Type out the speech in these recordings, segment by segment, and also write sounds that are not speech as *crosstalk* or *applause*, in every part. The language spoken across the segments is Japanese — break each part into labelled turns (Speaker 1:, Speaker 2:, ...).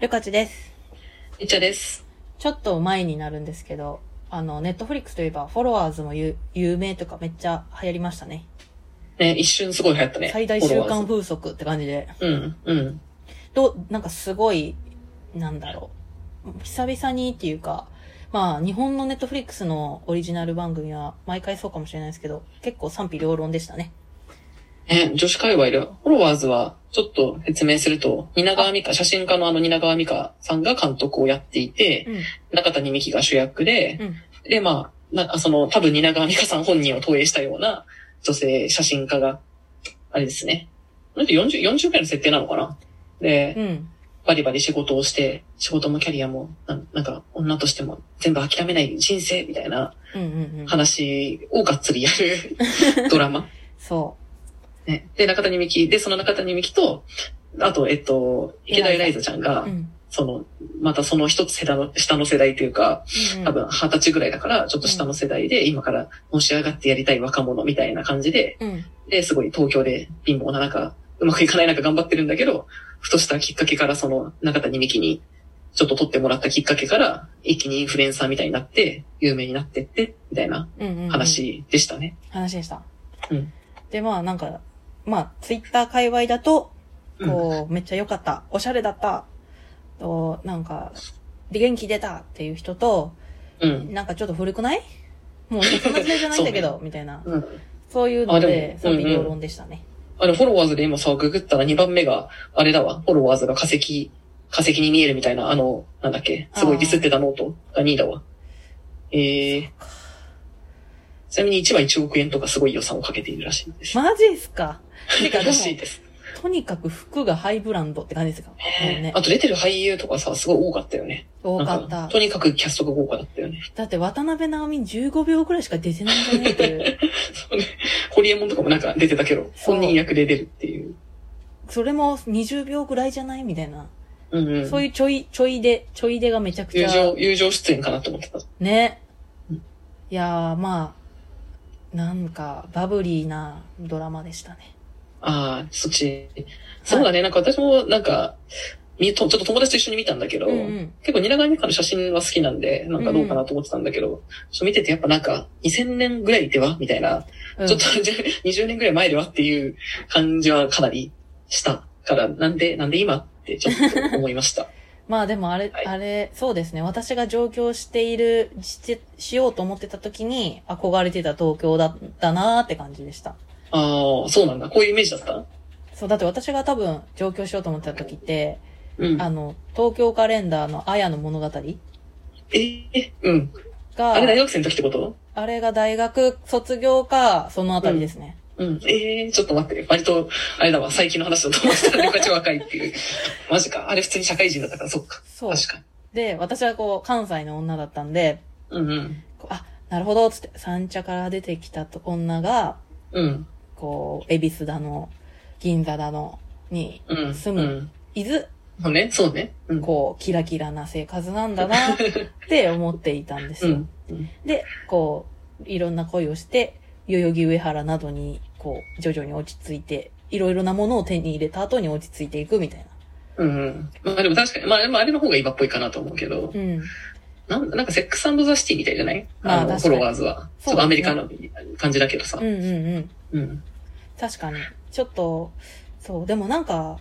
Speaker 1: ゆかちです。
Speaker 2: いっちゃです。
Speaker 1: ちょっと前になるんですけど、あの、ネットフリックスといえば、フォロワーズも有有名とかめっちゃ流行りましたね。
Speaker 2: ね、一瞬すごい流行ったね。
Speaker 1: 最大週間
Speaker 2: フ
Speaker 1: 風速って感じで。
Speaker 2: ォロワーズうん、うん。
Speaker 1: どう、なんかすごい、なんだろう。久々にっていうか、まあ、日本のネットフリックスのオリジナル番組は、毎回そうかもしれないですけど、結構賛否両論でしたね。
Speaker 2: ね、女子界隈で、フォロワーズは、ちょっと説明すると、蜷川美香、写真家のあの蜷川美香さんが監督をやっていて、
Speaker 1: う
Speaker 2: 中谷美紀が主役で、
Speaker 1: ん。うん。
Speaker 2: で、まあ、なその、多分蜷川美香さん本人を投影したような女性写真家が、あれですね。なんて40、40ぐらいの設定なのかなで、
Speaker 1: うん。
Speaker 2: バリバリ仕事をして、仕事もキャリアも、なんなんか、女としても全部諦めない人生みたいな
Speaker 1: うんうんうん。
Speaker 2: 話をがっつりや
Speaker 1: *laughs*
Speaker 2: るドラマ。
Speaker 1: そ
Speaker 2: ね、で、中谷美紀、で、その中谷美紀と、あと、えっと、池田エライザちゃん
Speaker 1: う。
Speaker 2: が
Speaker 1: う、ん。
Speaker 2: その、またその一つ世代の、下の世代というか、
Speaker 1: うん
Speaker 2: 多分二十歳ぐらいだから、ちょっと下の世代で、今からのし上がってやりたい若者みたいな感じで、
Speaker 1: うん。うん。
Speaker 2: で、すごい東京で貧乏な中、うまくいかない中頑張ってるんだけど、ふとしたきっかけからその中谷美紀にちょっと撮ってもらったきっかけから、一気にインフルエンサーみたいになって、有名になってって、みたいな
Speaker 1: うんうんうん。
Speaker 2: 話でしたね。
Speaker 1: 話でした。
Speaker 2: うん
Speaker 1: で、まあなんか、まあ、ツイッター界隈だと、
Speaker 2: うん
Speaker 1: こう、めっちゃ良かった、おしゃれだった、と、なんか、で元気出たっていう人と、
Speaker 2: うん。
Speaker 1: なんかちょっと古くないもうそんな時代じゃないんだけ
Speaker 2: *laughs* そ
Speaker 1: ど、みたいな。
Speaker 2: うん。
Speaker 1: そういうので、
Speaker 2: あでも
Speaker 1: 賛否両論でしたね。
Speaker 2: あの、フォロワーズで今さ、ググったら2番目が、あれだわ、フォロワーズが化石、化石に見えるみたいな、あの、なんだっけ、すごいディスってたノートが2位だわ。えー。ちなみに1は1億円とかすごい予算をかけているらしいんです。
Speaker 1: マジっすかてか、で
Speaker 2: らしい
Speaker 1: も、
Speaker 2: です。
Speaker 1: とにかく服がハイブランドって感じですかもうね
Speaker 2: あと出てる俳優とかさ、すごい多かったよね。
Speaker 1: 多か
Speaker 2: な
Speaker 1: っ
Speaker 2: んか
Speaker 1: た。
Speaker 2: とにかくキャストが豪華だったよね。 *laughs*
Speaker 1: だって渡辺直美15秒くらいしか出てないんじゃないっていう。
Speaker 2: そうねホリエモンとかもなんか出てたけど、
Speaker 1: そう
Speaker 2: 本人役で出るっていう。
Speaker 1: それも20秒くらいじゃないみたいな。
Speaker 2: うん、うん。
Speaker 1: そういうちょい、ちょいで、ちょいでがめちゃくち
Speaker 2: 友
Speaker 1: ゃ。
Speaker 2: 情、友情出演かなと思ってた。
Speaker 1: ね
Speaker 2: うん。
Speaker 1: いやー、まあ、なんか、バブリーなドラマでしたね。
Speaker 2: ああ、そっち。そうだね、なんか私もなんか、みとちょっと友達と一緒に見たんだけど、
Speaker 1: うんうん。
Speaker 2: 結構蜷川美香の写真は好きなんで、なんかどうかなと思ってたんだけど、ちょっと見ててやっぱなんか、2000年ぐらいではみたいな、
Speaker 1: うん
Speaker 2: ちょっと *laughs* 20年ぐらい前ではっていう感じはかなりしたから、なんで、なんで今ってちょっと思いました。 *laughs*
Speaker 1: まあでもあれ、
Speaker 2: はい
Speaker 1: あれ、そうですね。私が上京している、して、しようと思ってた時に、憧れてた東京だったなーって感じでした。
Speaker 2: ああ、そうなんだ。こういうイメージだった
Speaker 1: そう、だって私が多分上京しようと思ってた時って、
Speaker 2: うん。
Speaker 1: あの、東京カレンダーのあやの物語
Speaker 2: えー、うん。
Speaker 1: が、
Speaker 2: あれ大学生の時ってこと
Speaker 1: あれが大学卒業か、そのあたりですね。
Speaker 2: うん。ええー、ちょっと待って。割と、あれだわ、最近の話だと思ってたら、こっち若いって
Speaker 1: *laughs*
Speaker 2: いう。マジか。あれ普通に社会人だったから、そっか。
Speaker 1: そう。
Speaker 2: 確かに。
Speaker 1: で、私はこう、関西の女だったんで、
Speaker 2: うんうん。
Speaker 1: こうあ、なるほど、つって、三茶から出てきたと女が、
Speaker 2: うん。
Speaker 1: こう、恵比寿だの、銀座だの、に、
Speaker 2: うん。
Speaker 1: 住む
Speaker 2: うん。
Speaker 1: いず、
Speaker 2: そうね。そうね。うん。
Speaker 1: こう、キラキラな生活なん
Speaker 2: *laughs*
Speaker 1: だな、って思っていたんです
Speaker 2: う
Speaker 1: よ。
Speaker 2: ん。うん
Speaker 1: で、こう、いろんな恋をして、代々木上原などに、こう、徐々に落ち着いて、いろいろなものを手に入れた後に落ち着いていくみたいな。
Speaker 2: うんうん。まあでも確かに、まあでもあれの方が今っぽいかなと思うけど、
Speaker 1: うん。
Speaker 2: なんなんかセックスザシティみたいじゃない
Speaker 1: まあ
Speaker 2: の、
Speaker 1: 確
Speaker 2: フ
Speaker 1: か
Speaker 2: ォ
Speaker 1: に
Speaker 2: ロワーズは。ち
Speaker 1: そ
Speaker 2: ょ
Speaker 1: うだ
Speaker 2: っと
Speaker 1: ね
Speaker 2: アメリカの感じだけどさ
Speaker 1: うんう。んうん。
Speaker 2: うん。
Speaker 1: 確かに。ちょっと、そう、でもなんか、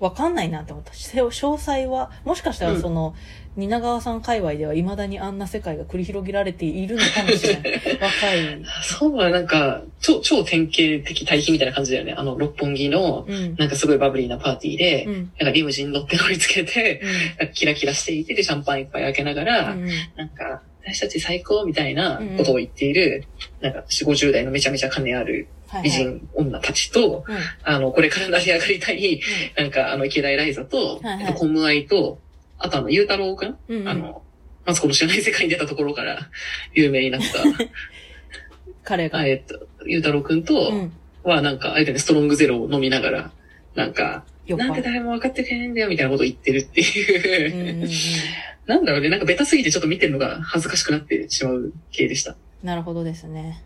Speaker 1: わかんないなって思った。せ詳細は、もしかしたらその、蜷川さん界隈では未だにあんな世界が繰り広げられているのかもしれない。
Speaker 2: *laughs*
Speaker 1: 若い。
Speaker 2: そうはなんか、超、超典型的対比みたいな感じだよね。あの、六本木の、
Speaker 1: うん。
Speaker 2: なんかすごいバブリーなパーティーで、
Speaker 1: うん。うん。
Speaker 2: なんかリムジン乗って乗りつけて、なんかキラキラしていて、で、シャンパンいっぱい開けながら、
Speaker 1: うん
Speaker 2: なんか、私たち最高みたいなことを言っている、なんか、四五十代のめちゃめちゃ金ある
Speaker 1: はい、
Speaker 2: 美人女たちと、
Speaker 1: はい。
Speaker 2: あの、これから成り上がりたい、なんか、あの、池田エライザと、
Speaker 1: はいはい
Speaker 2: えっとコムアイと、あとあの、ゆうたろうくん、
Speaker 1: うん。うん。うん
Speaker 2: あの、マツコの知らない世界に出たところから有名にな
Speaker 1: *laughs*
Speaker 2: っ
Speaker 1: 彼
Speaker 2: た、
Speaker 1: が。
Speaker 2: あえっと、ゆうたろうくんと
Speaker 1: うん。
Speaker 2: は、なんか、あれだよね、ストロングゼロを飲みながら、なんか、
Speaker 1: 酔っ
Speaker 2: なんで
Speaker 1: 払い。
Speaker 2: 誰も分かってくれないんだよ、みたいなことを言ってるって
Speaker 1: うんうん
Speaker 2: いう。
Speaker 1: うん。
Speaker 2: なんだろうね、なんかベタすぎてちょっと見てるのが恥ずかしくなってしまう系でした。
Speaker 1: なるほどですね。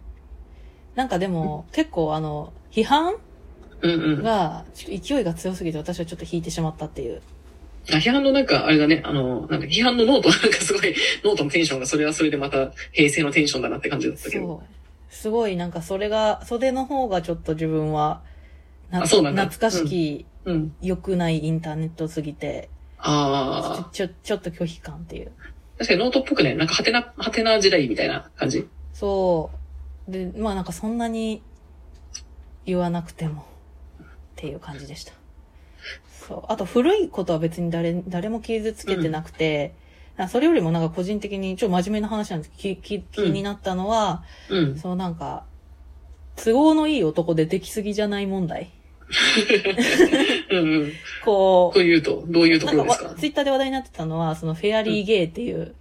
Speaker 1: なんかでも、結構あの、批判
Speaker 2: うんうん。
Speaker 1: が、ちょっと勢いが強すぎて私はちょっと引いてしまったっていう。
Speaker 2: あ批判のなんか、あれだね、あの、なんか批判のノート、 *laughs* なんかすごい、ノートのテンションが、それはそれでまた平成のテンションだなって感じだったけど。
Speaker 1: そう。すごい、なんかそれが、袖の方がちょっと自分は、な
Speaker 2: あそうなんだ
Speaker 1: 懐かしき、
Speaker 2: うん。
Speaker 1: 良くないインターネットすぎて、
Speaker 2: ああ。
Speaker 1: ちょ、ちょちょっと拒否感っていう。
Speaker 2: 確かにノートっぽくね、なんかハテナ、ハテナ時代みたいな感じ。
Speaker 1: そう。で、まあなんかそんなに言わなくてもっていう感じでした。そう。あと古いことは別に誰、誰も傷つけてなくて、あそれよりもなんか個人的に、ちょっと真面目な話なんですけど、きき気になったのは、
Speaker 2: うん。
Speaker 1: そうなんか、都合のいい男でできすぎじゃない問題。
Speaker 2: うんうん。
Speaker 1: こう
Speaker 2: と、いうと、どういうところです
Speaker 1: なん
Speaker 2: か
Speaker 1: わツイッターで話題になってたのは、そのフェアリーゲイっていう、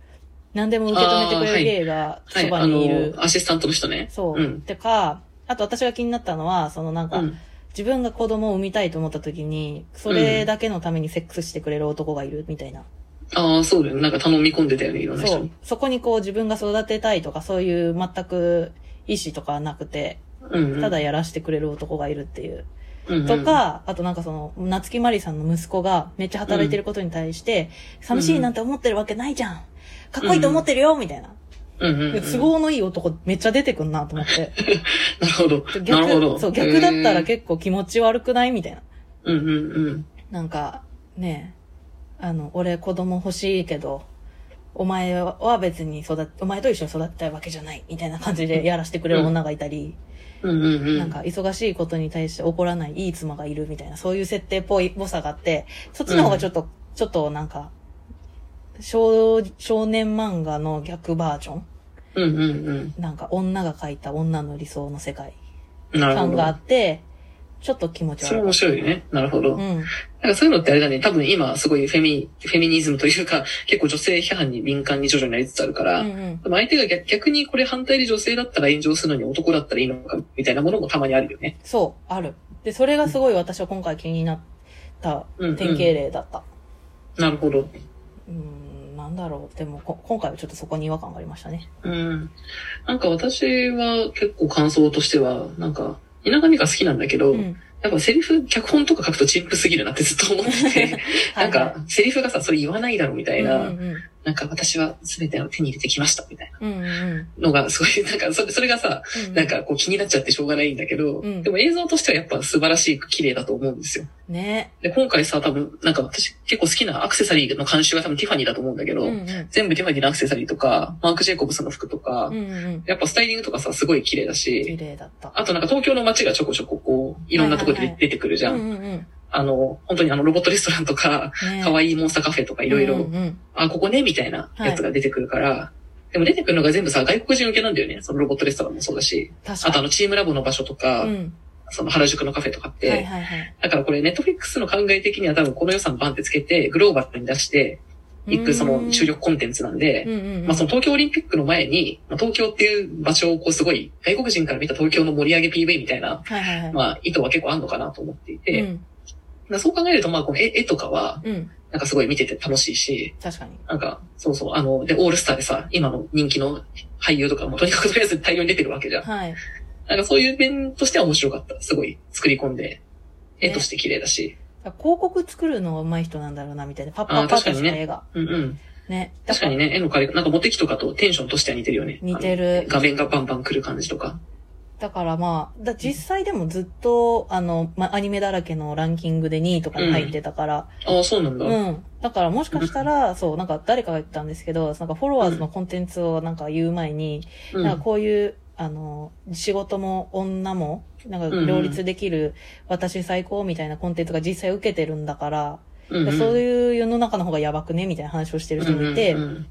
Speaker 1: 何でも受け止めてくれるゲイが
Speaker 2: は
Speaker 1: そ
Speaker 2: い、
Speaker 1: ば
Speaker 2: あ
Speaker 1: にいる。
Speaker 2: の、アシスタントの人ね。
Speaker 1: そう。
Speaker 2: ん。
Speaker 1: てか、あと私が気になったのは、そのなん
Speaker 2: う
Speaker 1: か、
Speaker 2: ん。
Speaker 1: 自分が子供を産みたいと思った時に、それだけのためにセックスしてくれる男がいるみたいな。
Speaker 2: ああ、そうだよね。なんか頼み込んでたよね、いろんな
Speaker 1: そ
Speaker 2: 人
Speaker 1: う
Speaker 2: に。。
Speaker 1: そこにこう自分が育てたいとか、そういう全く意思とかなくて、
Speaker 2: うんうん。
Speaker 1: ただやらしてくれる男がいるっていう。
Speaker 2: うんうん、
Speaker 1: とか、あとなんかその、夏木マリさんの息子がめっちゃ働いてることに対して、寂しいなんて思ってるわけないじゃん。かっこいいと思ってるよみたいな。
Speaker 2: うんうん、う
Speaker 1: で
Speaker 2: ん。
Speaker 1: 都合のいい男めっちゃ出てくんなと思
Speaker 2: *laughs*
Speaker 1: って。
Speaker 2: なるほど。なるほ
Speaker 1: 逆、
Speaker 2: ど。
Speaker 1: そう、逆だったら
Speaker 2: へー
Speaker 1: 結構気持ち悪くないみたいな。
Speaker 2: うんうんうん。
Speaker 1: なんか、ねえ、あの、俺子供欲しいけど、お前は別に育て、お前と一緒に育てたいわけじゃない、みたいな感じでやらせてくれる女がいたり、
Speaker 2: うんうんうん。
Speaker 1: なんか忙しいことに対して怒らないいい妻がいるみたいな、そういう設定っぽい、ぽさがあって、そっちの方がちょっと、ちょっとなんか、少、少年漫画の逆バージョン
Speaker 2: うんうん
Speaker 1: なんか女が描いた女の理想の世界
Speaker 2: うん。なるほ
Speaker 1: 感があ
Speaker 2: ど。
Speaker 1: って、ちょっと気持ち
Speaker 2: それ
Speaker 1: 悪い。
Speaker 2: 面白いね。なるほど。
Speaker 1: うん。
Speaker 2: なんかそういうのってあれだね。多分今すごいフェミ、フェミニズムというか、結構女性批判に敏感に徐々になりつつあるから、
Speaker 1: うんうん
Speaker 2: でも相手が逆逆にこれ反対で女性だったら炎上するのに男だったらいいのかみたいなものもたまにあるよね。
Speaker 1: そう、ある。で、それがすごい私は今回気になった
Speaker 2: うんうん
Speaker 1: 典型例だった。
Speaker 2: なるほど。
Speaker 1: うん、んなんだろう。でもこ、今回はちょっとそこに違和感がありましたね。
Speaker 2: うん。なんか私は結構感想としては、なんか、稲上が好きなんだけど、
Speaker 1: うん。
Speaker 2: やっぱセリフ、脚本とか書くとチンプすぎるなってずっと思ってて、
Speaker 1: *laughs* は
Speaker 2: ないんか、セリフがさ、それ言わないだろうみた
Speaker 1: はいい、
Speaker 2: な、
Speaker 1: うんうん
Speaker 2: なんか私は全てを手に入れてきましたみたい
Speaker 1: うん。うんうん
Speaker 2: なのが、すごい、なんかそれ、それがさ、
Speaker 1: うん。
Speaker 2: なんかこう気になっちゃってしょうがないんだけど、
Speaker 1: うん
Speaker 2: でも映像としてはやっぱ素晴らしく綺麗だと思うんですよ。
Speaker 1: ね。
Speaker 2: で、今回さ、多分、なんか私結構好きなアクセサリーの監修が多分ティファニーだと思うんだけ
Speaker 1: う
Speaker 2: ど、
Speaker 1: んうん。
Speaker 2: 全部ティファニーのアクセサリーとか、マーク・ジェイコブスの服とか、
Speaker 1: うんうん。
Speaker 2: やっぱスタイリングとかさ、すごい綺麗だ
Speaker 1: 綺
Speaker 2: し、
Speaker 1: 麗だった。
Speaker 2: あとなんか東京の街がちょこちょここう、いろんなとこ
Speaker 1: はい
Speaker 2: で
Speaker 1: はい
Speaker 2: 出てくるじゃん。
Speaker 1: うんうんうん。ね
Speaker 2: あの、本当にあのロボットレストランとか、可愛いモンスターカフェとかいろい
Speaker 1: うん
Speaker 2: ろ、
Speaker 1: うん。
Speaker 2: あ、ここね、みたいなやつが出てくるから、でも出てくるのが全部さ、外国人向けなんだよね。そのロボットレストランもそうだし、
Speaker 1: 確か
Speaker 2: あ
Speaker 1: に。
Speaker 2: とあのチームラボの場所とか、
Speaker 1: うん。
Speaker 2: その原宿のカフェとかって、
Speaker 1: はいはいはい。
Speaker 2: だからこれ、ネットフリックスの考え的には多分この予算バンってつけて、グローバルに出していくその注力コンテンツなんで、
Speaker 1: うんうんうん。
Speaker 2: まあその東京オリンピックの前に、まあ東京っていう場所をこうすごい、外国人から見た東京の盛り上げ PV みたいな、
Speaker 1: はいはいはい。
Speaker 2: まあ意図は結構あんのかなと思っていて、
Speaker 1: うん。
Speaker 2: まあそう考えるとまあこの絵絵とかは、
Speaker 1: うん。
Speaker 2: なんかすごい見てて楽しいし、
Speaker 1: 確かに。
Speaker 2: なんか、そうそう、あの、で、オールスターでさ、今の人気の俳優とかもとにかくとりあえず大量に出てるわけじゃん。
Speaker 1: はい。
Speaker 2: なんかそういう面としては面白かった。すごい作り込んで、絵として綺麗だし。
Speaker 1: 広告作るのが上手い人なんだろうな、みたいな。パッパ
Speaker 2: あ
Speaker 1: ッ
Speaker 2: ー
Speaker 1: パッ
Speaker 2: 確か
Speaker 1: とし
Speaker 2: に
Speaker 1: た
Speaker 2: ね
Speaker 1: 絵が。
Speaker 2: うんうん。
Speaker 1: ね。だ
Speaker 2: 確かにね、絵の借り、なんかモテキとかとテンションとしては似てるよね。
Speaker 1: 似て
Speaker 2: あ
Speaker 1: る
Speaker 2: の。画面がバンバン来る感じとか。
Speaker 1: だからまあ、だ実際でもずっと、あの、まあ、アニメだらけのランキングで2位とかに入ってたから、
Speaker 2: ああ、そうなんだ。
Speaker 1: うん。だからもしかしたら、そう、なんか誰かが言ったんですけど、なんかフォロワーズのコンテンツをなんか言う前に、
Speaker 2: うん
Speaker 1: なんかこういう、あの、仕事も女も、なんか両立できる、私最高みたいなコンテンツが実際受けてるんだから、
Speaker 2: うんうん
Speaker 1: そういう世の中の方がやばくねみたいな話をしてる人もいて、
Speaker 2: うんうん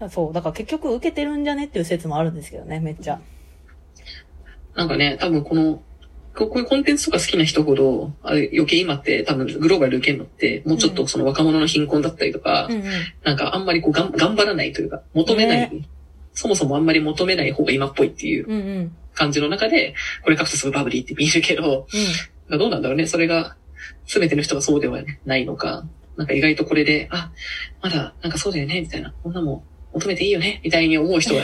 Speaker 2: うん
Speaker 1: そう、だから結局受けてるんじゃねっていう説もあるんですけどね、めっちゃ。
Speaker 2: なんかね、多分この、ここういうコンテンツとか好きな人ほど、あれ余計今って多分グローバルで受けるのって、もうちょっとその若者の貧困だったりとか、
Speaker 1: うんうん。
Speaker 2: なんかあんまりこうがん頑張らないというか、求めない、そもそもあんまり求めない方が今っぽいっていう
Speaker 1: うんうん。
Speaker 2: 感じの中で、これ書くとすごいバブリーって見えるけど、
Speaker 1: うん。
Speaker 2: どうなんだろうね。それが、すべての人がそうではないのか。なんか意外とこれで、あ、まだ、なんかそうだよね、みたいな。こんなもん求めていいよね、みたいに思う人が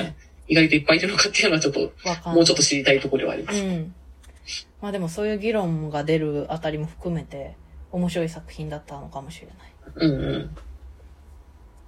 Speaker 2: 意外といっぱいいるのかっていうのはちょっと、
Speaker 1: わかんない。
Speaker 2: もうちょっと知りたいところではありま
Speaker 1: う
Speaker 2: す。
Speaker 1: ん。まあでもそういう議論が出るあたりも含めて、面白い作品だったのかもしれない。
Speaker 2: うんうん。